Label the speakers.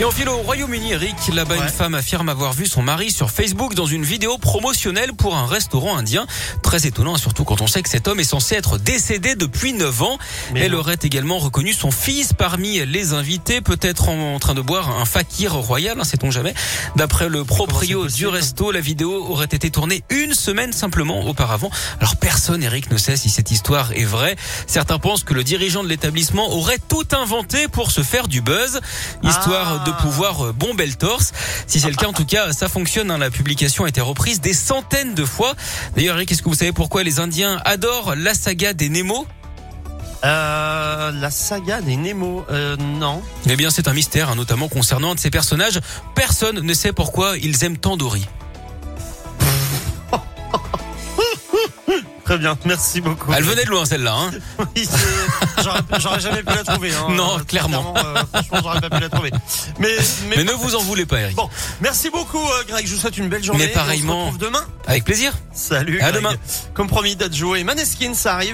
Speaker 1: Et on file au Royaume-Uni, Eric. Là-bas, une femme affirme avoir vu son mari sur Facebook dans une vidéo promotionnelle pour un restaurant indien. Très étonnant, surtout quand on sait que cet homme est censé être décédé depuis 9 ans. Elle aurait également reconnu son fils parmi les invités, peut-être en, en train de boire un fakir royal, hein, sait-on jamais. D'après le proprio du resto, la vidéo aurait été tournée une semaine simplement auparavant. Alors personne, Eric, ne sait si cette histoire est vraie. Certains pensent que le dirigeant de l'établissement aurait tout inventé pour se faire du buzz, histoire de pouvoir euh, bomber le torse. Si c'est le cas, en tout cas, ça fonctionne. hein. La publication a été reprise des centaines de fois. D'ailleurs, Eric, est-ce que vous savez pourquoi les Indiens adorent la saga des Nemo
Speaker 2: Euh, la saga des Nemo, euh, non.
Speaker 1: Eh bien, c'est un mystère, hein, notamment concernant un de ces personnages. Personne ne sait pourquoi ils aiment tant Dory.
Speaker 2: Très bien, merci beaucoup.
Speaker 1: Elle venait de loin, celle-là. hein.
Speaker 2: Oui, c'est- j'aurais- J'aurais jamais pu la trouver. hein.
Speaker 1: Non,
Speaker 2: Euh,
Speaker 1: clairement.
Speaker 2: euh, franchement, j'aurais pas pu la trouver. Mais, mais,
Speaker 1: Mais ne vous en voulez pas, Eric.
Speaker 2: bon, merci beaucoup, euh, Greg. Je vous souhaite une belle journée.
Speaker 1: Mais pareillement.
Speaker 2: On se retrouve demain.
Speaker 1: Avec plaisir.
Speaker 2: Salut.
Speaker 1: À
Speaker 2: Greg.
Speaker 1: demain.
Speaker 2: Comme promis, Dadjo et Maneskin, ça arrive.